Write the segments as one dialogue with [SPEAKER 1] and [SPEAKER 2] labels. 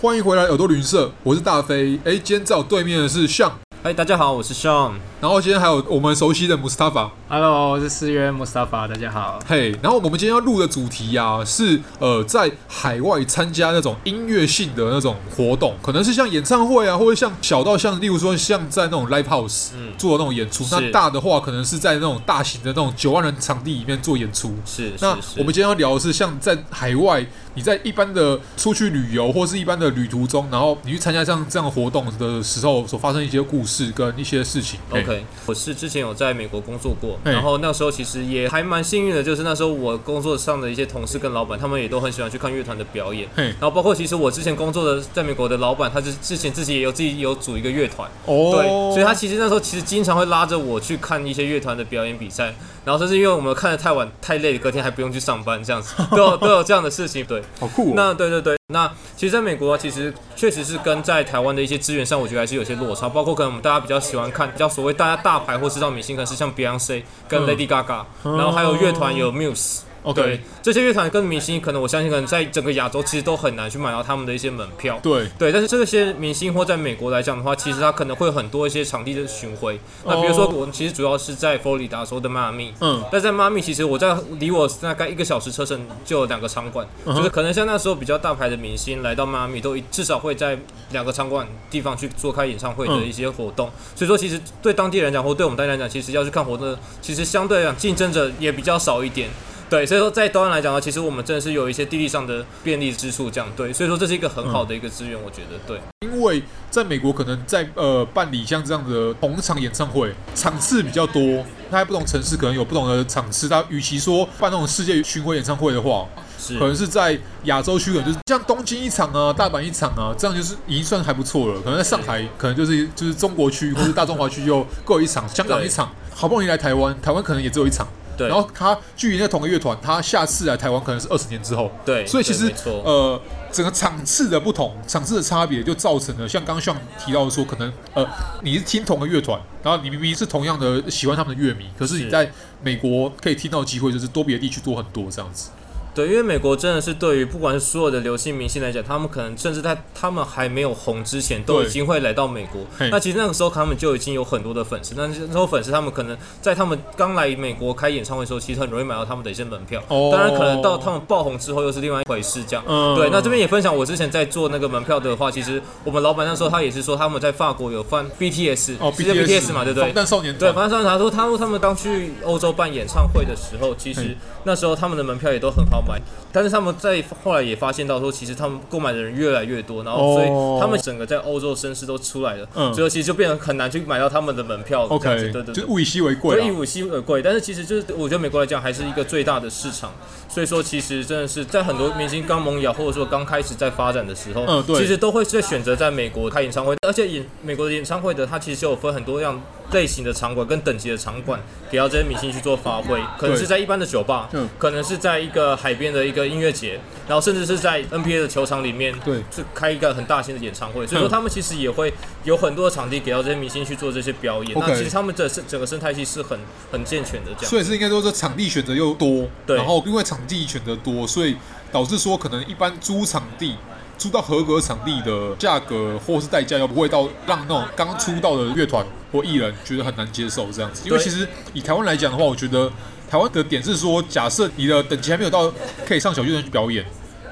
[SPEAKER 1] 欢迎回来耳朵旅行社，我是大飞。哎，今天在我对面的是向，
[SPEAKER 2] 嗨，哎大家好，我是 Sean。
[SPEAKER 1] 然后今天还有我们熟悉的 Mustafa。
[SPEAKER 3] Hello，我是思源 Mustafa，大家好。
[SPEAKER 1] 嘿，然后我们今天要录的主题啊，是呃，在海外参加那种音乐性的那种活动，可能是像演唱会啊，或者像小到像，例如说像在那种 live house
[SPEAKER 2] 嗯
[SPEAKER 1] 做那种演出，那
[SPEAKER 2] 是
[SPEAKER 1] 大的话可能是在那种大型的那种九万人场地里面做演出。
[SPEAKER 2] 是，
[SPEAKER 1] 那
[SPEAKER 2] 是是
[SPEAKER 1] 我们今天要聊的是，像在海外，你在一般的出去旅游或是一般的旅途中，然后你去参加这样这样的活动的时候，所发生一些故事跟一些事情。嘿
[SPEAKER 2] OK，我是之前有在美国工作过，
[SPEAKER 1] 嘿
[SPEAKER 2] 然后那时候其实也还蛮幸运的，就是那时候我工作上的一些同事跟老板，他们也都很喜欢去看乐团的表演。
[SPEAKER 1] 嘿，
[SPEAKER 2] 然后包括其实我之前工作的在美国的老板，他就是之前自己也有自己有组一个乐团，
[SPEAKER 1] 哦，
[SPEAKER 2] 对，所以他其实那时候其实经常会拉着我去看一些乐团的表演比赛，然后这是因为我们看的太晚太累，隔天还不用去上班这样子，都有都有这样的事情，对。
[SPEAKER 1] 好酷、哦。
[SPEAKER 2] 那对对对，那其实在美国啊，其实确实是跟在台湾的一些资源上，我觉得还是有些落差。包括可能我们大家比较喜欢看比较所谓大家大牌或是让明星，可能是像 Beyonce 跟
[SPEAKER 1] 嗯
[SPEAKER 2] Lady Gaga，、然后还有乐团有 Muse。对
[SPEAKER 1] OK，
[SPEAKER 2] 这些乐团跟明星，可能我相信，可能在整个亚洲其实都很难去买到他们的一些门票。
[SPEAKER 1] 对，
[SPEAKER 2] 对，但是这些明星或在美国来讲的话，其实他可能会有很多一些场地的巡回。那比如说，
[SPEAKER 1] 哦
[SPEAKER 2] 我其实主要是在佛罗里达州的迈阿密。
[SPEAKER 1] 嗯
[SPEAKER 2] 但在迈阿密，其实我在离我大概一个小时车程就有两个场馆，
[SPEAKER 1] 嗯哼
[SPEAKER 2] 就是可能像那时候比较大牌的明星来到迈阿密，都一至少会在两个场馆地方去做开演唱会的
[SPEAKER 1] 嗯
[SPEAKER 2] 一些活动。所以说，其实对当地人来讲，或对我们当地人来讲，其实要去看活动的，其实相对来讲竞争者也比较少一点。对，所以说在台湾来讲呢，其实我们真的是有一些地利上的便利之处，这样对，所以说这是一个很好的一个资源，我觉得对。
[SPEAKER 1] 因为在美国可能在呃办理像这样的同场演唱会，场次比较多，它在不同城市可能有不同的场次。它与其说办那种世界巡回演唱会的话，
[SPEAKER 2] 是
[SPEAKER 1] 可能是在亚洲区，可能就是像东京一场啊、大阪一场啊，这样就是已经算还不错了。可能在上海，可能就是就是中国区或者大中华区又各有一场，香港一场，好不容易来台湾，台湾可能也只有一场。
[SPEAKER 2] 对
[SPEAKER 1] 然后他距离那同个乐团，他下次来台湾可能是二十年之后。
[SPEAKER 2] 对
[SPEAKER 1] 所以其
[SPEAKER 2] 对
[SPEAKER 1] 实
[SPEAKER 2] 没错
[SPEAKER 1] 呃，整个场次的不同，场次的差别，就造成了像刚刚像提到的说，可能呃，你是听同个乐团，然后你明明是同样的喜欢他们的乐迷，可是你
[SPEAKER 2] 是
[SPEAKER 1] 在美国可以听到的机会就是多比的地区多很多这样子。
[SPEAKER 2] 对，因为美国真的是对于不管是所有的流行明星来讲，他们可能甚至在他们还没有红之前，都
[SPEAKER 1] 对
[SPEAKER 2] 已经会来到美国
[SPEAKER 1] 嘿。
[SPEAKER 2] 那其实那个时候他们就已经有很多的粉丝，但是那时候粉丝他们可能在他们刚来美国开演唱会的时候，其实很容易买到他们的一些门票。
[SPEAKER 1] 哦
[SPEAKER 2] 当然，可能到他们爆红之后又是另外一回事。这样，
[SPEAKER 1] 嗯
[SPEAKER 2] 对。那这边也分享，我之前在做那个门票的话，其实我们老板那时候他也是说他们在法国有放 BTS，
[SPEAKER 1] 哦
[SPEAKER 2] 是叫 BTS 嘛，对不对
[SPEAKER 1] 防？弹少年
[SPEAKER 2] 对，
[SPEAKER 1] 团。
[SPEAKER 2] 反正上查说，他说他们刚去欧洲办演唱会的时候，其实
[SPEAKER 1] 嗯
[SPEAKER 2] 那时候他们的门票也都很好买，但是他们在后来也发现到说，其实他们购买的人越来越多，然后所
[SPEAKER 1] 哦
[SPEAKER 2] 以他们整个在欧洲声势都出来了，
[SPEAKER 1] 嗯
[SPEAKER 2] 所以其实就变得很难去买到他们的门票。这样子
[SPEAKER 1] OK，
[SPEAKER 2] 对对
[SPEAKER 1] 就是
[SPEAKER 2] 对。
[SPEAKER 1] 物以稀为
[SPEAKER 2] 所以
[SPEAKER 1] 贵啊。
[SPEAKER 2] 五稀而贵，但是其实就是我觉得美国来讲还是一个最大的市场，所以说其实真的是在很多明星刚萌芽或者说刚开始在发展的时候，
[SPEAKER 1] 嗯对
[SPEAKER 2] 其实都会是选择在美国开演唱会，而且演美国的演唱会的它其实有分很多样类型的场馆跟等级的场馆，给到这些明星去做发挥，可能
[SPEAKER 1] 对
[SPEAKER 2] 是在一般的酒吧，
[SPEAKER 1] 嗯
[SPEAKER 2] 可能是在一个海边的一个音乐节，然后甚至是在 NBA 的球场里面，
[SPEAKER 1] 对
[SPEAKER 2] 去开一个很大型的演唱会，所
[SPEAKER 1] 嗯
[SPEAKER 2] 以说他们其实也会有很多的场地给到这些明星去做这些表演，
[SPEAKER 1] OK
[SPEAKER 2] 那其实他们的生整个生态系是很很健全的这样。
[SPEAKER 1] 所以是应该说，这场地选择又多，
[SPEAKER 2] 对
[SPEAKER 1] 然后因为场地选择多，所以导致说可能一般租场地租到合格场地的价格或是代价，又不会到让那种刚出道的乐团或艺人觉得很难接受这样子。因为
[SPEAKER 2] 对
[SPEAKER 1] 其实以台湾来讲的话，我觉得台湾的点是说，假设你的等级还没有到可以上小巨蛋去表演，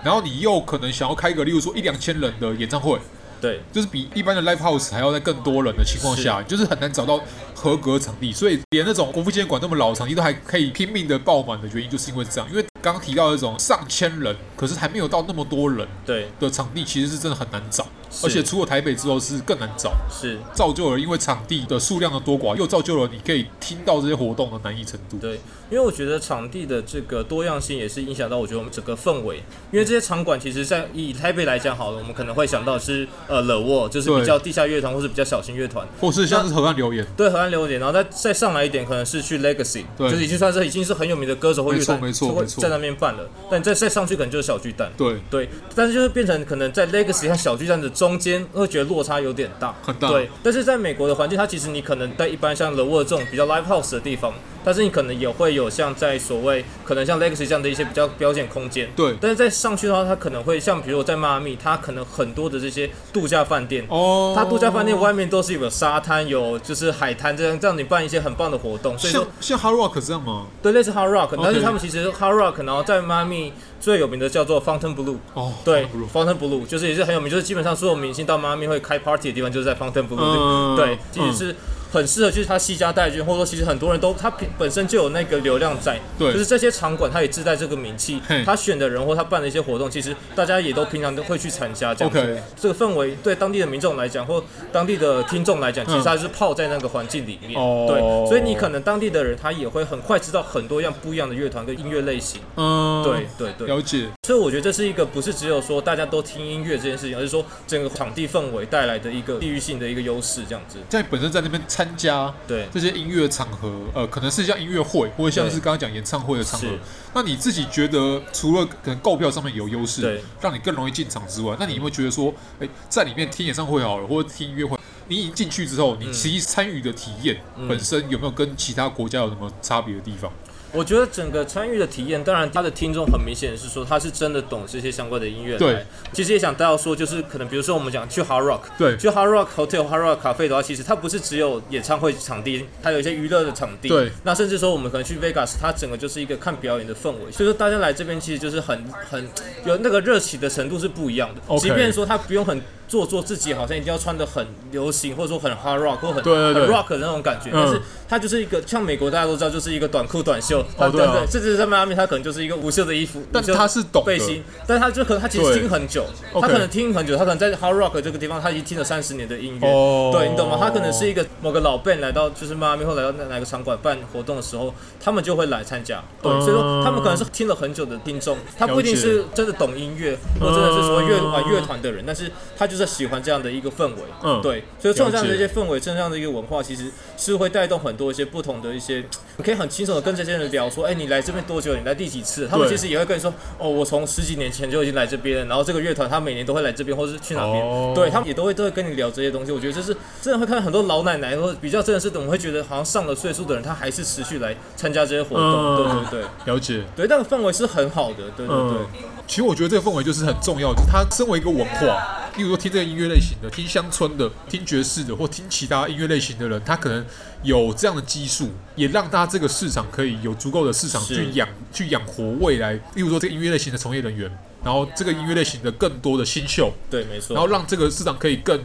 [SPEAKER 1] 然后你又可能想要开个，例如说一两千人的演唱会，
[SPEAKER 2] 对，
[SPEAKER 1] 就是比一般的 live house 还要在更多人的情况下，就是很难找到合格场地，所以连那种国父纪念馆那么老的场地都还可以拼命的爆满的原因，就是因为这样。因为刚刚提到那种上千人，可是还没有到那么多人
[SPEAKER 2] 对，
[SPEAKER 1] 的场地，其实是真的很难找，
[SPEAKER 2] 是
[SPEAKER 1] 而且除了台北之后是更难找，
[SPEAKER 2] 是。
[SPEAKER 1] 造就了因为场地的数量的多寡，又造就了你可以听到这些活动的难易程度。
[SPEAKER 2] 对，因为我觉得场地的这个多样性也是影响到我觉得我们整个氛围，因为这些场馆其实在以台北来讲好了，我们可能会想到是呃冷沃，就是
[SPEAKER 1] 对
[SPEAKER 2] 比较地下乐团或是比较小型乐团，
[SPEAKER 1] 或是像是河岸留言，
[SPEAKER 2] 对河岸留言，然后再再上来一点，可能是去 Legacy，
[SPEAKER 1] 对
[SPEAKER 2] 就是已经算是已经是很有名的歌手或乐团，
[SPEAKER 1] 没错没错
[SPEAKER 2] 会
[SPEAKER 1] 没错
[SPEAKER 2] 在那边办了。但你再再上去，可能就是小巨蛋。
[SPEAKER 1] 对
[SPEAKER 2] 对，但是就是变成可能在 Legacy 和小巨蛋的中间会觉得落差有点大，
[SPEAKER 1] 很大
[SPEAKER 2] 对，但是在美国的环境，它其实你可能在一般像 The w o r 这种比较 live house 的地方，但是你可能也会有像在所谓可能像 Legacy 这样的一些比较标见空间。
[SPEAKER 1] 对
[SPEAKER 2] 但是在上去的话，它可能会像比如我在迈阿密，它可能很多的这些度假饭店，
[SPEAKER 1] 哦，
[SPEAKER 2] 它度假饭店外面都是有沙滩，有就是海滩，这样这样你办一些很棒的活动。所以说
[SPEAKER 1] 像，像 Hard Rock 这样吗？
[SPEAKER 2] 对，类似 Hard Rock，但是
[SPEAKER 1] OK
[SPEAKER 2] 他们其实 Hard Rock，然后在迈阿密最有名的叫做 Fountain Blue。
[SPEAKER 1] 哦，
[SPEAKER 2] 对
[SPEAKER 1] Hard Rock
[SPEAKER 2] ，Fountain Blue 就是也是很有名，就是基本上所有明星到迈阿密会开 party 的地方就是在 Fountain Blue 这个、
[SPEAKER 1] 嗯
[SPEAKER 2] 对，其实是很适合，就是它西家带军，或者说其实很多人都它本身就有那个流量在，
[SPEAKER 1] 对
[SPEAKER 2] 就是这些场馆它也自带这个名气
[SPEAKER 1] 嘿，
[SPEAKER 2] 他选的人或他办的一些活动，其实大家也都平常都会去参加这样子。
[SPEAKER 1] OK
[SPEAKER 2] 这个氛围对当地的民众来讲，或当地的听众来讲，其实
[SPEAKER 1] 嗯
[SPEAKER 2] 他是泡在那个环境里面，
[SPEAKER 1] 哦
[SPEAKER 2] 对，所以你可能当地的人他也会很快知道很多样不一样的乐团跟音乐类型，
[SPEAKER 1] 嗯，
[SPEAKER 2] 对对对。
[SPEAKER 1] 了解，
[SPEAKER 2] 所以我觉得这是一个不是只有说大家都听音乐这件事情，而是说整个场地氛围带来的一个地域性的一个优势，这样子。
[SPEAKER 1] 在本身在那边参加
[SPEAKER 2] 对，
[SPEAKER 1] 这些音乐场合，呃，可能是像音乐会，或者像是
[SPEAKER 2] 对
[SPEAKER 1] 刚刚讲演唱会的场合
[SPEAKER 2] 是。
[SPEAKER 1] 那你自己觉得，除了可能购票上面有优势
[SPEAKER 2] 对，
[SPEAKER 1] 让你更容易进场之外，那你有没有觉得说，哎、在里面听演唱会好了，或者听音乐会，你一进去之后，
[SPEAKER 2] 嗯
[SPEAKER 1] 你其实参与的体验、本身有没有跟其他国家有什么差别的地方？
[SPEAKER 2] 我觉得整个参与的体验，当然他的听众很明显是说他是真的懂这些相关的音乐。
[SPEAKER 1] 对，
[SPEAKER 2] 其实也想带到说，就是可能比如说我们讲去 Hard Rock，
[SPEAKER 1] 对
[SPEAKER 2] 去 Hard Rock Hotel、Hard Rock Cafe 的话，其实它不是只有演唱会场地，它有一些娱乐的场地。
[SPEAKER 1] 对，
[SPEAKER 2] 那甚至说我们可能去 Vegas，它整个就是一个看表演的氛围，所以说大家来这边其实就是很很有那个热情的程度是不一样的。
[SPEAKER 1] OK
[SPEAKER 2] 即便说他不用很做作自己，好像一定要穿的很流行，或者说很 Hard Rock 或很
[SPEAKER 1] 对对对
[SPEAKER 2] 很 Rock 的那种感觉，
[SPEAKER 1] 嗯
[SPEAKER 2] 但是他就是一个像美国大家都知道，就是一个短裤短袖，它
[SPEAKER 1] 对啊
[SPEAKER 2] 对，甚至在迈阿密，他可能就是一个无袖的衣服，
[SPEAKER 1] 但
[SPEAKER 2] 无袖
[SPEAKER 1] 他是懂的
[SPEAKER 2] 背心，但他就可能他其实
[SPEAKER 1] 对
[SPEAKER 2] 听很久，
[SPEAKER 1] OK
[SPEAKER 2] 他可能听很久，他可能在 Hard Rock 这个地方，他已经听了三十年的音乐，
[SPEAKER 1] 哦
[SPEAKER 2] 对你懂吗？他可能是一个某个老 band 来到就是迈阿密，或来到哪哪个场馆办活动的时候，他们就会来参加，对，
[SPEAKER 1] 嗯
[SPEAKER 2] 所以说他们可能是听了很久的听众，他不一定
[SPEAKER 1] 了解
[SPEAKER 2] 是真的懂音乐，或真的是所谓乐
[SPEAKER 1] 嗯
[SPEAKER 2] 玩乐团的人，但是他就是喜欢这样的一个氛围，
[SPEAKER 1] 嗯
[SPEAKER 2] 对，所以创造
[SPEAKER 1] 了解
[SPEAKER 2] 这些氛围，正向的一个文化，其实是会带动很多一些不同的一些，你可以很轻松的跟这些人聊说，哎、你来这边多久？你来第几次？他们
[SPEAKER 1] 对
[SPEAKER 2] 其实也会跟你说，哦，我从十几年前就已经来这边了，然后这个乐团他每年都会来这边，或是去哪边，
[SPEAKER 1] 哦
[SPEAKER 2] 对他们也都会都会跟你聊这些东西。我觉得这是真的会看到很多老奶奶，或者比较真的是我们会觉得好像上了岁数的人，他还是持续来参加这些活动，
[SPEAKER 1] 嗯
[SPEAKER 2] 对对对
[SPEAKER 1] 了解。
[SPEAKER 2] 对，那个氛围是很好的，对对对。
[SPEAKER 1] 嗯，其实我觉得这个氛围就是很重要，就是它身为一个文化，例如说听这个音乐类型的、听乡村的、听爵士的或听其他音乐类型的人，他可能有这样的基数，也让他这个市场可以有足够的市场
[SPEAKER 2] 是
[SPEAKER 1] 去养、去养活未来，例如说这个音乐类型的从业人员，然后这个音乐类型的更多的新秀，
[SPEAKER 2] 对，没错。
[SPEAKER 1] 然后让这个市场可以更，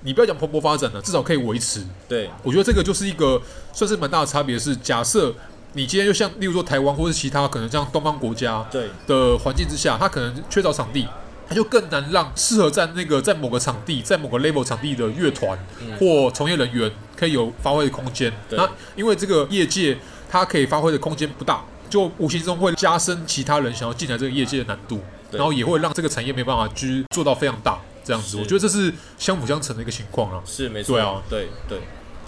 [SPEAKER 1] 你不要讲蓬勃发展了，至少可以维持。
[SPEAKER 2] 对，
[SPEAKER 1] 我觉得这个就是一个算是蛮大的差别，是假设你今天就像例如说台湾或是其他可能像东方国家
[SPEAKER 2] 对
[SPEAKER 1] 的环境之下，它可能缺少场地。它就更难让适合在那个在某个场地、在某个 level 场地的乐团或从业人员可以有发挥的空间。
[SPEAKER 2] 嗯对
[SPEAKER 1] 那因为这个业界它可以发挥的空间不大，就无形中会加深其他人想要进来这个业界的难度，
[SPEAKER 2] 对
[SPEAKER 1] 然后也会让这个产业没办法去做到非常大这样子。
[SPEAKER 2] 是
[SPEAKER 1] 我觉得这是相辅相成的一个情况啊。
[SPEAKER 2] 是没错。
[SPEAKER 1] 对啊
[SPEAKER 2] 对对。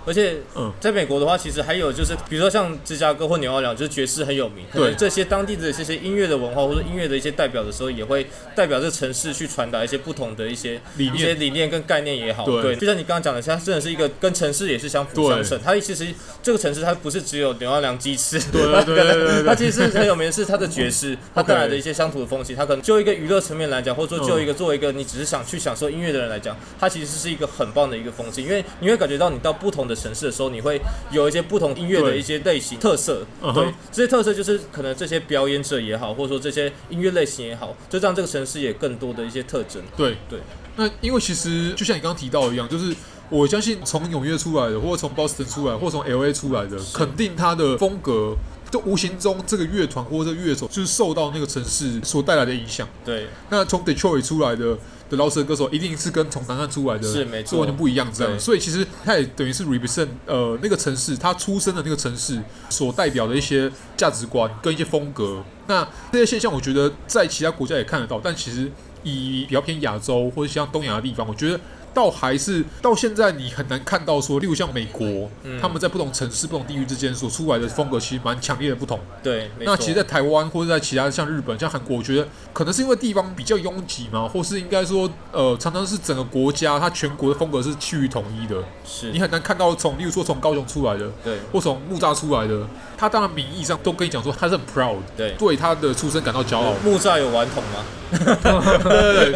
[SPEAKER 2] 而且
[SPEAKER 1] 嗯，
[SPEAKER 2] 在美国的话，其实还有就是，比如说像芝加哥或纽奥良，就是爵士很有名。可能
[SPEAKER 1] 对
[SPEAKER 2] 这些当地的这些音乐的文化，或者音乐的一些代表的时候，也会代表这城市去传达一些不同的一些
[SPEAKER 1] 理念
[SPEAKER 2] 一些理念跟概念也好。
[SPEAKER 1] 对
[SPEAKER 2] 对，就像你刚刚讲的，它真的是一个跟城市也是相辅
[SPEAKER 1] 对
[SPEAKER 2] 相成。它其实这个城市它不是只有纽奥良鸡翅，
[SPEAKER 1] 对对对对对对
[SPEAKER 2] 它其实是很有名的是它的爵士，它带来的一些乡土的风情。它可能就一个娱乐层面来讲，或者说就一个作为一个你只是想去享受音乐的人来讲，它其实是一个很棒的一个风景，因为你会感觉到你到不同的城市的时候，你会有一些不同音乐的
[SPEAKER 1] 对
[SPEAKER 2] 一些类型特色。
[SPEAKER 1] 嗯哼
[SPEAKER 2] 对，这些特色就是可能这些表演者也好，或者说这些音乐类型也好，就让这个城市也更多的一些特征。
[SPEAKER 1] 对
[SPEAKER 2] 对，
[SPEAKER 1] 那因为其实就像你刚刚提到一样，就是我相信从纽约出来的，或者从 Boston 出来，或者从 LA 出来的，肯定它的风格。就无形中，这个乐团或者这个乐手就是受到那个城市所带来的影响。
[SPEAKER 2] 对，
[SPEAKER 1] 那从 Detroit 出来的的饶舌歌手，一定是跟从南岸出来的
[SPEAKER 2] 是没错
[SPEAKER 1] 完全不一样这样。
[SPEAKER 2] 对
[SPEAKER 1] 所以其实他也等于是 represent 呃那个城市，他出生的那个城市所代表的一些价值观跟一些风格。那这些现象，我觉得在其他国家也看得到，但其实以比较偏亚洲或者像东亚的地方，我觉得倒还是到现在你很难看到说，例如像美国，
[SPEAKER 2] 嗯
[SPEAKER 1] 他们在不同城市、不同地域之间所出来的风格，其实蛮强烈的不同。
[SPEAKER 2] 对，没
[SPEAKER 1] 那
[SPEAKER 2] 错
[SPEAKER 1] 其实，在台湾或者在其他像日本、像韩国，我觉得可能是因为地方比较拥挤嘛，或是应该说，呃，常常是整个国家它全国的风格是趋于统一的，
[SPEAKER 2] 是
[SPEAKER 1] 你很难看到从，例如说从高雄出来的，
[SPEAKER 2] 对
[SPEAKER 1] 或从木栅出来的，他当然名义上都跟你讲说他是很 proud，
[SPEAKER 2] 对
[SPEAKER 1] 对他的出身感到骄傲。
[SPEAKER 2] 木栅有顽童吗？
[SPEAKER 1] 对对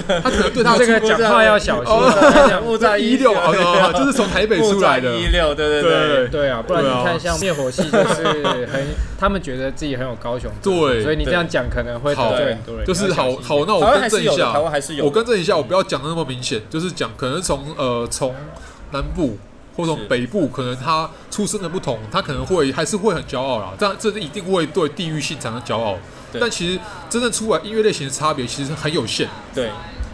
[SPEAKER 1] 对，他可能对他
[SPEAKER 3] 这个
[SPEAKER 1] 出
[SPEAKER 3] 讲话要小心。啊
[SPEAKER 2] 木栅
[SPEAKER 1] 哦一六， 好的，好的就是从台北出来的。
[SPEAKER 2] 一六，对对
[SPEAKER 1] 对
[SPEAKER 3] 对啊，不然
[SPEAKER 1] 对啊
[SPEAKER 3] 你看像灭火器就是很， 他们觉得自己很有高雄特色，
[SPEAKER 1] 对
[SPEAKER 3] 所以你这样讲可能会得
[SPEAKER 1] 好
[SPEAKER 3] 罪很多人，
[SPEAKER 1] 就
[SPEAKER 3] 你
[SPEAKER 1] 是
[SPEAKER 3] 要小
[SPEAKER 1] 好
[SPEAKER 3] 心一点
[SPEAKER 1] 好，那我
[SPEAKER 2] 台湾
[SPEAKER 1] 更
[SPEAKER 2] 还
[SPEAKER 1] 正
[SPEAKER 2] 是
[SPEAKER 1] 一
[SPEAKER 2] 有的
[SPEAKER 1] 下，
[SPEAKER 2] 台湾还是有的
[SPEAKER 1] 我更正一下，我不要讲的那么明显，就是讲可能从呃从南部或从
[SPEAKER 2] 是
[SPEAKER 1] 北部，可能他出身的不同，他可能会还是会很骄傲啦，但这是一定会对地域性产生骄傲。
[SPEAKER 2] 对
[SPEAKER 1] 但其实真正出来音乐类型的差别其实很有限。
[SPEAKER 2] 对，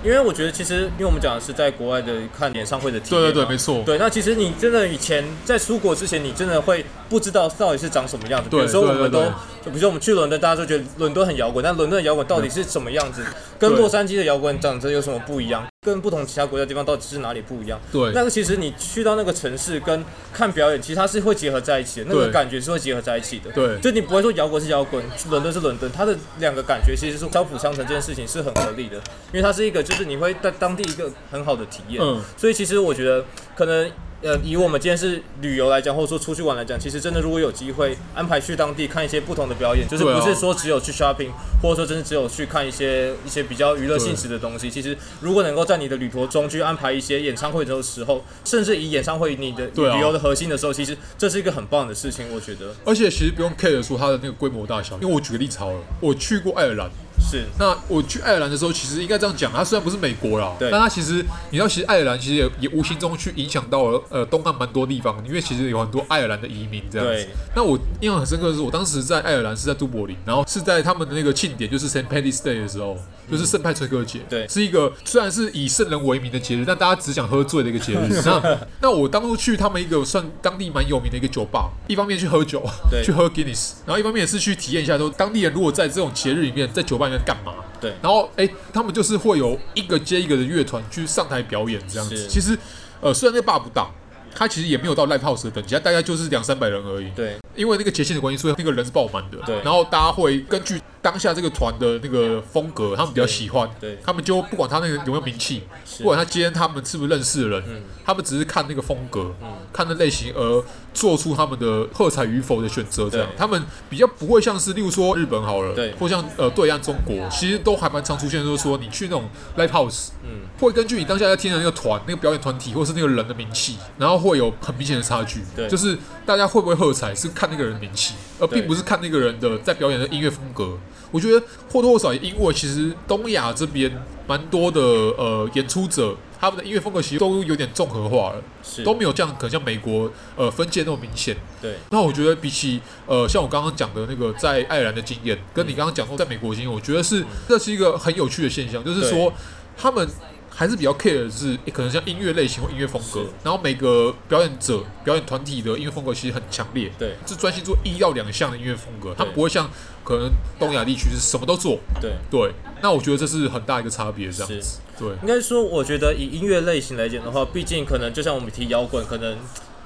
[SPEAKER 2] 因为我觉得其实，因为我们讲的是在国外的看演唱会的体验
[SPEAKER 1] 对
[SPEAKER 2] 嘛，
[SPEAKER 1] 对对，没错。
[SPEAKER 2] 对，那其实你真的以前在出国之前，你真的会不知道到底是长什么样子。比
[SPEAKER 1] 对
[SPEAKER 2] 如说我们
[SPEAKER 1] 对
[SPEAKER 2] 都
[SPEAKER 1] 对，
[SPEAKER 2] 就比如说我们去伦敦，大家都觉得伦敦很摇滚，但伦敦的摇滚到底是什么样子？跟
[SPEAKER 1] 对
[SPEAKER 2] 洛杉矶的摇滚长得有什么不一样？跟不同其他国家地方到底是哪里不一样？
[SPEAKER 1] 对
[SPEAKER 2] 那个其实你去到那个城市跟看表演，其实它是会结合在一起的，那个
[SPEAKER 1] 对
[SPEAKER 2] 感觉是会结合在一起的。
[SPEAKER 1] 对
[SPEAKER 2] 就你不会说摇滚是摇滚，伦敦是伦敦，它的两个感觉其实是相辅相成，这件事情是很合理的，因为它是一个就是你会在当地一个很好的体验。
[SPEAKER 1] 嗯
[SPEAKER 2] 所以其实我觉得，可能呃，以我们今天是旅游来讲，或者说出去玩来讲，其实真的如果有机会安排去当地看一些不同的表演，就是
[SPEAKER 1] 对啊
[SPEAKER 2] 不是说只有去 shopping，、或者说真的只有去看一些一些比较娱乐性质的东西。其实如果能够在你的旅途中去安排一些演唱会的时候，甚至以演唱会你的
[SPEAKER 1] 对啊
[SPEAKER 2] 旅游的核心的时候，其实这是一个很棒的事情，我觉得
[SPEAKER 1] 而且其实不用 care 说它的那个规模大小，因为我举个例子好了，我去过爱尔兰，
[SPEAKER 2] 是
[SPEAKER 1] 那我去爱尔兰的时候，其实应该这样讲，它虽然不是美国啦，
[SPEAKER 2] 对
[SPEAKER 1] 但它其实你知道，其实爱尔兰其实也也无形中去影响到了呃东岸蛮多地方，因为其实有很多爱尔兰的移民这样子
[SPEAKER 2] 对。
[SPEAKER 1] 那我印象很深刻的是，我当时在爱尔兰是在都柏林，然后是在他们的那个庆典，就是 Saint Patrick's Day 的时候，就是圣派崔克节，
[SPEAKER 2] 嗯对
[SPEAKER 1] 是一个虽然是以圣人为名的节日，但大家只想喝醉的一个节 日。那那我当初去他们一个算当地蛮有名的一个酒吧，一方面去喝酒，
[SPEAKER 2] 对
[SPEAKER 1] 去喝 Guinness，然后一方面也是去体验一下说当地人如果在这种节日里面在酒吧里面干嘛。
[SPEAKER 2] 对
[SPEAKER 1] 然后哎、诶他们就是会有一个接一个的乐团去上台表演这样子
[SPEAKER 2] 是。
[SPEAKER 1] 其实，呃，虽然那爸不大，他其实也没有到 live house 的等级，它大概就是两三百人而已。
[SPEAKER 2] 对。
[SPEAKER 1] 因为那个节庆的关系，所以那个人是爆满的。
[SPEAKER 2] 对
[SPEAKER 1] 然后大家会根据当下这个团的那个风格，他们比较喜欢，
[SPEAKER 2] 对对
[SPEAKER 1] 他们就不管他那个有没有名气，不管他今天他们是不是认识的人，
[SPEAKER 2] 嗯
[SPEAKER 1] 他们只是看那个风格，看那类型而做出他们的喝彩与否的选择。这样
[SPEAKER 2] 对，
[SPEAKER 1] 他们比较不会像是，例如说日本好了，
[SPEAKER 2] 对
[SPEAKER 1] 或像呃对岸中国，其实都还蛮常出现，就是说你去那种 live house，嗯，会根据你当下在听的那个团、那个表演团体，或是那个人的名气，然后会有很明显的差距。
[SPEAKER 2] 对
[SPEAKER 1] 就是大家会不会喝彩是看那个人的名气，而并不是看那个人的在表演的音乐风格。我觉得或多或少也因为其实东亚这边蛮多的呃演出者，他们的音乐风格其实都有点综合化了，
[SPEAKER 2] 是
[SPEAKER 1] 都没有这样可能像美国呃分界那么明显。
[SPEAKER 2] 对
[SPEAKER 1] 那我觉得比起呃，像我刚刚讲的那个在爱尔兰的经验，跟你刚刚讲说在美国的经验，我觉得
[SPEAKER 2] 嗯
[SPEAKER 1] 是这是一个很有趣的现象，就是说他们还是比较 care 的是、诶可能像音乐类型或音乐风格
[SPEAKER 2] 是，
[SPEAKER 1] 然后每个表演者、表演团体的音乐风格其实很强烈，
[SPEAKER 2] 对
[SPEAKER 1] 是专心做一到两项的音乐风格，他们
[SPEAKER 2] 对
[SPEAKER 1] 不会像可能东亚地区是什么都做，
[SPEAKER 2] 对。
[SPEAKER 1] 对，那我觉得这是很大一个差别，这样
[SPEAKER 2] 是
[SPEAKER 1] 子，对，
[SPEAKER 2] 应该说，我觉得以音乐类型来讲的话，毕竟可能就像我们提摇滚，可能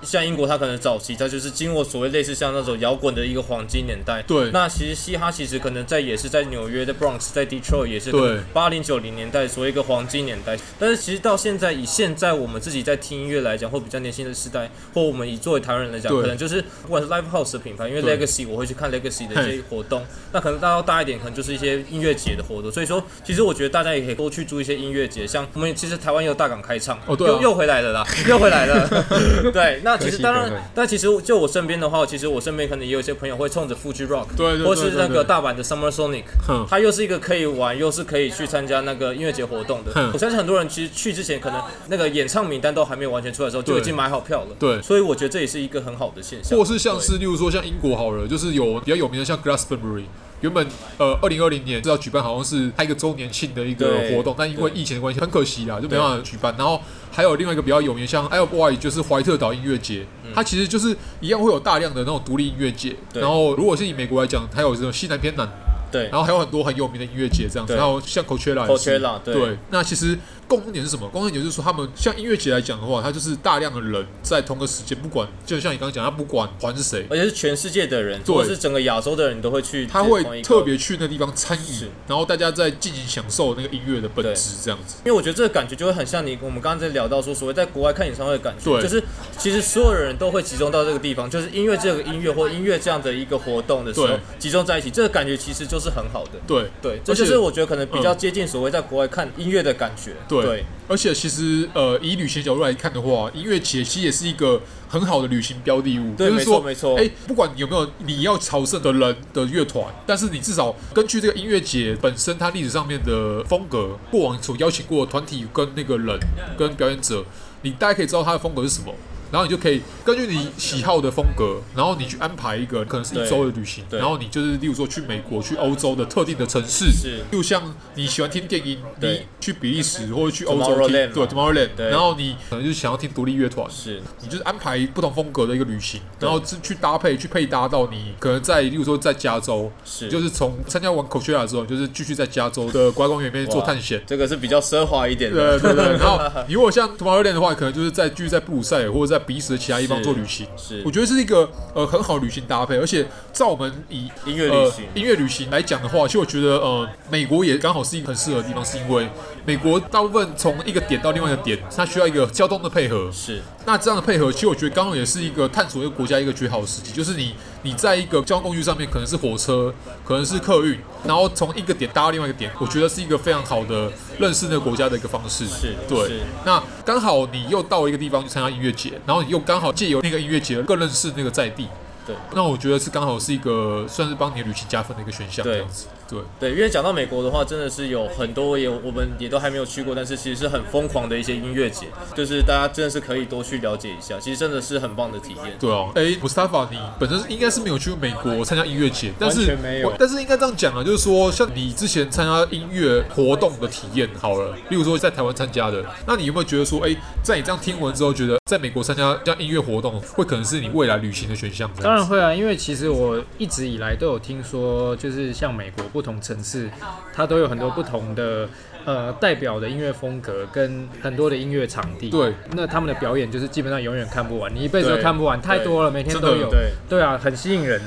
[SPEAKER 2] 像英国，它可能早期它就是经过所谓类似像那种摇滚的一个黄金年代。
[SPEAKER 1] 对
[SPEAKER 2] 那其实嘻哈其实可能在也是在纽约、在 Bronx、在 Detroit 也是
[SPEAKER 1] 对
[SPEAKER 2] 八零九零年代所谓一个黄金年代。但是其实到现在，以现在我们自己在听音乐来讲，或比较年轻的时代，或我们以作为台湾人来讲，
[SPEAKER 1] 对
[SPEAKER 2] 可能就是不管是 Live House 的品牌，因为
[SPEAKER 1] 对
[SPEAKER 2] Legacy 我会去看 Legacy 的一
[SPEAKER 1] 嘿
[SPEAKER 2] 些活动，那可能 大到大一点，可能就是一些音乐节的活动。所以说，其实我觉得大家也可以多去注意一些音乐节，像我们其实台湾也有大港开唱，
[SPEAKER 1] 哦对啊
[SPEAKER 2] 又又回来了 啦，又回来了。 对，那其实当
[SPEAKER 1] 可惜可
[SPEAKER 2] 然
[SPEAKER 1] 惜，
[SPEAKER 2] 但其实就我身边的话，其实我身边可能也有一些朋友会冲着 Fuji Rock，
[SPEAKER 1] 对对对
[SPEAKER 2] 或是那
[SPEAKER 1] 对对
[SPEAKER 2] 个大阪的 Summer Sonic，
[SPEAKER 1] 哼
[SPEAKER 2] 它又是一个可以玩，又是可以去参加那个音乐节活动的
[SPEAKER 1] 哼。
[SPEAKER 2] 我相信很多人其实去之前，可能那个演唱名单都还没有完全出来的时候，就已经买好票了。
[SPEAKER 1] 对
[SPEAKER 2] 所以我觉得这也是一个很好的现象。
[SPEAKER 1] 或是像是例如说像英国好了，就是有比较有名的像 Glastonbury，原本呃二零二零年是要举办，好像是它一个周年庆的一个
[SPEAKER 2] 对
[SPEAKER 1] 活动，但因为疫情的关系，很可惜啦，就没办法举办。然后还有另外一个比较有名的像 L Boy，就是怀特岛音乐节，它其实就是一样会有大量的那种独立音乐节。
[SPEAKER 2] 嗯对
[SPEAKER 1] 然后如果是以美国来讲，还有这种西南偏南，
[SPEAKER 2] 对
[SPEAKER 1] 然后还有很多很有名的音乐节这样子，
[SPEAKER 2] 对
[SPEAKER 1] 然后像 Coachella 也是
[SPEAKER 2] Coachella，对
[SPEAKER 1] 对，那其实共通点是什么？共通点就是说，他们像音乐节来讲的话，它就是大量的人在同个时间，不管就像你刚刚讲，他不管团是谁，
[SPEAKER 2] 而且是全世界的人，
[SPEAKER 1] 对
[SPEAKER 2] 或者是整个亚洲的人都会去，
[SPEAKER 1] 他
[SPEAKER 2] 同一
[SPEAKER 1] 会
[SPEAKER 2] 个
[SPEAKER 1] 特别去那地方参
[SPEAKER 2] 是
[SPEAKER 1] 与，然后大家在尽情享受那个音乐的本质，这样子。
[SPEAKER 2] 因为我觉得这个感觉就会很像你我们刚刚在聊到说，所谓在国外看演唱会的感觉，
[SPEAKER 1] 对
[SPEAKER 2] 就是其实所有人都会集中到这个地方，就是因为这个音乐或音乐这样的一个活动的时候
[SPEAKER 1] 对
[SPEAKER 2] 集中在一起，这个感觉其实就是很好的。
[SPEAKER 1] 对
[SPEAKER 2] 对，这
[SPEAKER 1] 而且
[SPEAKER 2] 就是我觉得可能比较接近所谓在国外看音乐的感觉。
[SPEAKER 1] 对，而且其实呃，以旅行角度来看的话，音乐节其实也是一个很好的旅行标的物。
[SPEAKER 2] 对
[SPEAKER 1] 就是说
[SPEAKER 2] 没错没错
[SPEAKER 1] 哎、不管你有没有你要朝圣的人的乐团，但是你至少根据这个音乐节本身它历史上面的风格，过往所邀请过的团体跟那个人跟表演者，你大概可以知道他的风格是什么。然后你就可以根据你喜好的风格，然后你去安排一个可能是一周的旅行，
[SPEAKER 2] 对
[SPEAKER 1] 然后你就是例如说去美国、去欧洲的特定的城市，
[SPEAKER 2] 是
[SPEAKER 1] 例如像你喜欢听电音，
[SPEAKER 2] 对
[SPEAKER 1] 你去比利时或者去欧洲
[SPEAKER 2] Tomorrowland
[SPEAKER 1] 听，对
[SPEAKER 2] 嘛
[SPEAKER 1] Tomorrowland，
[SPEAKER 2] 对
[SPEAKER 1] 然后你可能就想要听独立乐团，
[SPEAKER 2] 是
[SPEAKER 1] 你就是安排不同风格的一个旅行，然后去去搭配去配搭到你可能在，例如说在加州，
[SPEAKER 2] 是
[SPEAKER 1] 你就是从参加完 Coachella 之后，你就是继续在加州的国家公园里面做探 险。
[SPEAKER 2] 这个是比较奢华一点的。
[SPEAKER 1] 对对对，然后你如果像 Tomorrowland 的话，可能就是在继续在布鲁塞尔或者在比利时的其他地方
[SPEAKER 2] 是
[SPEAKER 1] 做旅行。
[SPEAKER 2] 是
[SPEAKER 1] 我觉得是一个呃很好的旅行搭配，而且照我们以
[SPEAKER 2] 音乐旅行
[SPEAKER 1] 呃、音乐旅行来讲的话，其实我觉得呃美国也刚好是一个很适合的地方，是因为美国大部分从一个点到另外一个点，它需要一个交通的配合。
[SPEAKER 2] 是
[SPEAKER 1] 那这样的配合，其实我觉得刚好也是一个探索一个国家一个绝好的时机，就是你你在一个交通工具上面，可能是火车，可能是客运，然后从一个点搭到另外一个点，我觉得是一个非常好的认识那个国家的一个方式。
[SPEAKER 2] 是是
[SPEAKER 1] 对。那刚好你又到一个地方去参加音乐节，然后你又刚好借由那个音乐节更认识那个在地，
[SPEAKER 2] 对。
[SPEAKER 1] 那我觉得是刚好是一个算是帮你的旅行加分的一个选项，
[SPEAKER 2] 对
[SPEAKER 1] 这样子。对，
[SPEAKER 2] 对，因为讲到美国的话，真的是有很多也我们也都还没有去过，但是其实是很疯狂的一些音乐节，就是大家真的是可以多去了解一下，其实真的是很棒的体验。
[SPEAKER 1] 对哦、啊，哎、m u s t a f a 你本身应该是没有去过美国参加音乐节，但
[SPEAKER 3] 完
[SPEAKER 1] 是
[SPEAKER 3] 全没有
[SPEAKER 1] 但是应该这样讲啊，就是说，像你之前参加音乐活动的体验，好了，例如说在台湾参加的，那你有没有觉得说，哎、在你这样听完之后，觉得在美国参加这样音乐活动，会可能是你未来旅行的选项？这样子
[SPEAKER 3] 当然会啊，因为其实我一直以来都有听说，就是像美国不同城市，它都有很多不同的呃代表的音乐风格跟很多的音乐场地。
[SPEAKER 1] 对，
[SPEAKER 3] 那他们的表演就是基本上永远看不完，你一辈子都
[SPEAKER 2] 对
[SPEAKER 3] 看不完，太多了，每天都
[SPEAKER 1] 真
[SPEAKER 3] 有。
[SPEAKER 1] 的
[SPEAKER 2] 对
[SPEAKER 3] 对啊，很吸引人。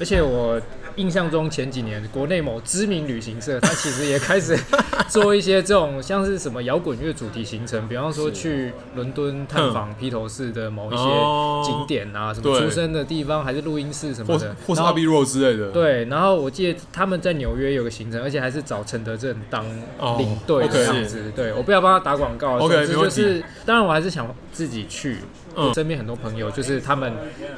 [SPEAKER 3] 而且我印象中前几年国内某知名旅行社，它其实也开始做一些这种像是什么摇滚乐主题行程，比方说
[SPEAKER 2] 是
[SPEAKER 3] 去伦敦探访披头士的某一
[SPEAKER 1] 哦
[SPEAKER 3] 些景点啊，什么
[SPEAKER 1] 对
[SPEAKER 3] 出生的地方还是录音室什么
[SPEAKER 1] 或
[SPEAKER 3] 的，
[SPEAKER 1] 或是
[SPEAKER 3] 然后
[SPEAKER 1] Abbey Road 之类的，
[SPEAKER 3] 对，然后我记得他们在纽约有个行程，而且还是找陈德正当
[SPEAKER 1] 哦
[SPEAKER 3] 领队
[SPEAKER 1] OK
[SPEAKER 3] 这样子。对，我不要帮他打广告。
[SPEAKER 1] OK，
[SPEAKER 3] 总之
[SPEAKER 1] 没
[SPEAKER 3] 就
[SPEAKER 1] 问题
[SPEAKER 3] 是，当然我还是想自己去。
[SPEAKER 1] 嗯
[SPEAKER 3] 我身边很多朋友就是他们，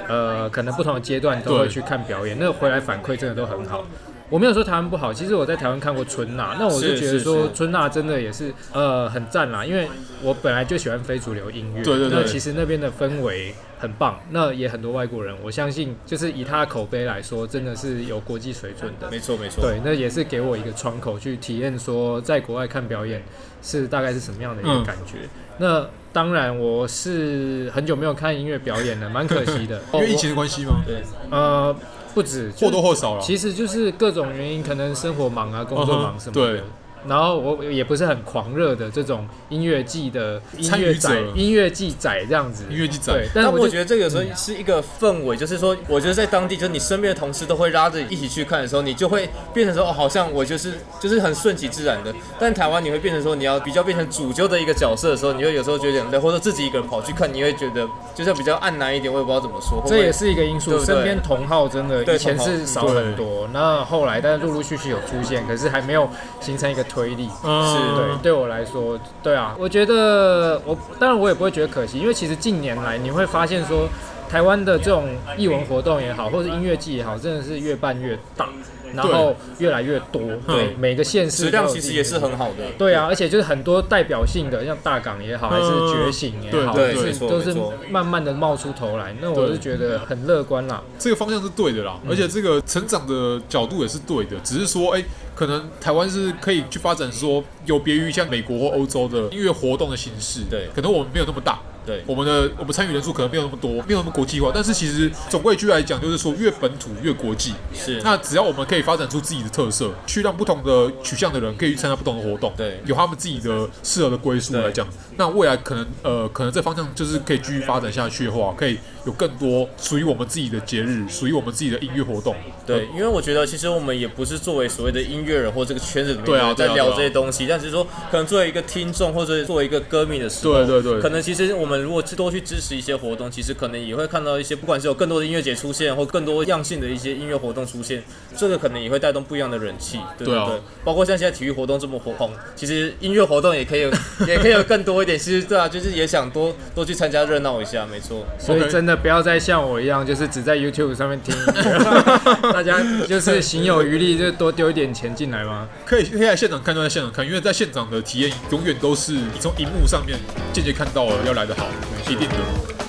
[SPEAKER 3] 呃，可能不同的阶段都会
[SPEAKER 1] 对
[SPEAKER 3] 去看表演，那回来反馈真的都很好。我没有说台湾不好，其实我在台湾看过春娜，那我
[SPEAKER 2] 是
[SPEAKER 3] 就觉得
[SPEAKER 2] 是
[SPEAKER 3] 说
[SPEAKER 2] 是
[SPEAKER 3] 春娜真的也是呃很赞啦，因为我本来就喜欢非主流音乐，
[SPEAKER 1] 对对对
[SPEAKER 3] 那其实那边的氛围很棒，那也很多外国人，我相信就是以他的口碑来说，真的是有国际水准的。
[SPEAKER 2] 没错没错，
[SPEAKER 3] 对，那也是给我一个窗口去体验，说在国外看表演是大概是什么样的一个
[SPEAKER 1] 嗯
[SPEAKER 3] 感觉。那当然，我是很久没有看音乐表演了，蛮可惜的。
[SPEAKER 1] 因为疫情的关系吗？
[SPEAKER 2] 对
[SPEAKER 3] 我呃不止
[SPEAKER 1] 或多
[SPEAKER 3] 或
[SPEAKER 1] 或少了。
[SPEAKER 3] 其实就是各种原因，可能生活忙啊，工作忙什么
[SPEAKER 1] 哦嗯哼
[SPEAKER 3] 的。
[SPEAKER 1] 对
[SPEAKER 3] 然后我也不是很狂热的这种音乐季的音
[SPEAKER 1] 参
[SPEAKER 3] 乐
[SPEAKER 1] 与
[SPEAKER 3] 仔
[SPEAKER 1] 者、
[SPEAKER 3] 音乐季仔这样子。
[SPEAKER 1] 音乐季仔
[SPEAKER 3] 对，但
[SPEAKER 2] 但我
[SPEAKER 3] 我
[SPEAKER 2] 觉
[SPEAKER 3] 觉
[SPEAKER 2] 得这个有时候是一个氛围，就是说，我觉得在当地，就是你身边的同事都会拉着一起去看的时候，你就会变成说，哦，好像我就是就是很顺其自然的。但台湾你会变成说，你要比较变成主揪的一个角色的时候，你会有时候觉得有点累，或者自己一个人跑去看，你会觉得就是比较暗难一点，我也不知道怎么说。会不
[SPEAKER 3] 这
[SPEAKER 2] 会
[SPEAKER 3] 也是一个因素。
[SPEAKER 2] 对不对
[SPEAKER 3] 身边同号真的
[SPEAKER 2] 对
[SPEAKER 3] 以前
[SPEAKER 2] 同好
[SPEAKER 3] 是少很多，那后来但是陆陆续续有出现，可是还没有形成一个推力。
[SPEAKER 1] 嗯
[SPEAKER 3] 对，对我来说，对啊，我觉得我当然我也不会觉得可惜，因为其实近年来你会发现说，台湾的这种艺文活动也好，或者音乐季也好，真的是越办越大，然后越来越多，对
[SPEAKER 1] 嗯
[SPEAKER 3] 每个县
[SPEAKER 2] 嗯
[SPEAKER 3] 市
[SPEAKER 2] 质
[SPEAKER 3] 都有
[SPEAKER 2] 量其实
[SPEAKER 3] 自己
[SPEAKER 2] 也
[SPEAKER 3] 的
[SPEAKER 2] 是很好的。
[SPEAKER 3] 对嗯啊，而且就是很多代表性的，像大港也好，还是觉醒也好，
[SPEAKER 1] 对哦对
[SPEAKER 3] 就是
[SPEAKER 2] 没错
[SPEAKER 3] 都是
[SPEAKER 2] 没错
[SPEAKER 3] 慢慢的冒出头来。那我
[SPEAKER 1] 对
[SPEAKER 3] 是觉得很乐观啦。
[SPEAKER 1] 这个方向是对的啦，而且这个成长的角度也是对的，只是说，哎，可能台湾是可以去发展说有别于像美国或欧洲的音乐活动的形式，
[SPEAKER 2] 对
[SPEAKER 1] 可能我们没有那么大，
[SPEAKER 2] 对
[SPEAKER 1] 我们的我们参与人数可能没有那么多，没有那么国际化，但是其实总归一句来讲，就是说越本土越国际。
[SPEAKER 2] 是
[SPEAKER 1] 那只要我们可以发展出自己的特色，去让不同的取向的人可以去参加不同的活动，
[SPEAKER 2] 对
[SPEAKER 1] 有他们自己的适合的归宿来讲，那未来可能呃，可能这方向就是可以继续发展下去的话，可以有更多属于我们自己的节日，属于我们自己的音乐活动。
[SPEAKER 2] 对，因为我觉得其实我们也不是作为所谓的音乐人或这个圈子里面
[SPEAKER 1] 对啊
[SPEAKER 2] 在
[SPEAKER 1] 对啊
[SPEAKER 2] 聊
[SPEAKER 1] 对啊
[SPEAKER 2] 这些东西，但是说可能作为一个听众或者作为一个歌迷的时候，
[SPEAKER 1] 对对对
[SPEAKER 2] 可能其实我们如果去多去支持一些活动，其实可能也会看到一些不管是有更多的音乐节出现，或更多样性的一些音乐活动出现，这个可能也会带动不一样的人气，对不
[SPEAKER 1] 对啊
[SPEAKER 2] 对？包括像现在体育活动这么火红，其实音乐活动也可以有 也可以有更多一点，其实对啊，就是也想多多去参加热闹一下，没错。
[SPEAKER 3] 所以
[SPEAKER 1] OK
[SPEAKER 3] 真的不要再像我一样，就是只在 YouTube 上面听音乐，大家就是行有余力就多丢一点钱进来嘛。
[SPEAKER 1] 可以可以在现场看，就在现场看，因为在现场的体验永远都是你从荧幕上面间接看到了要来的好，一定的。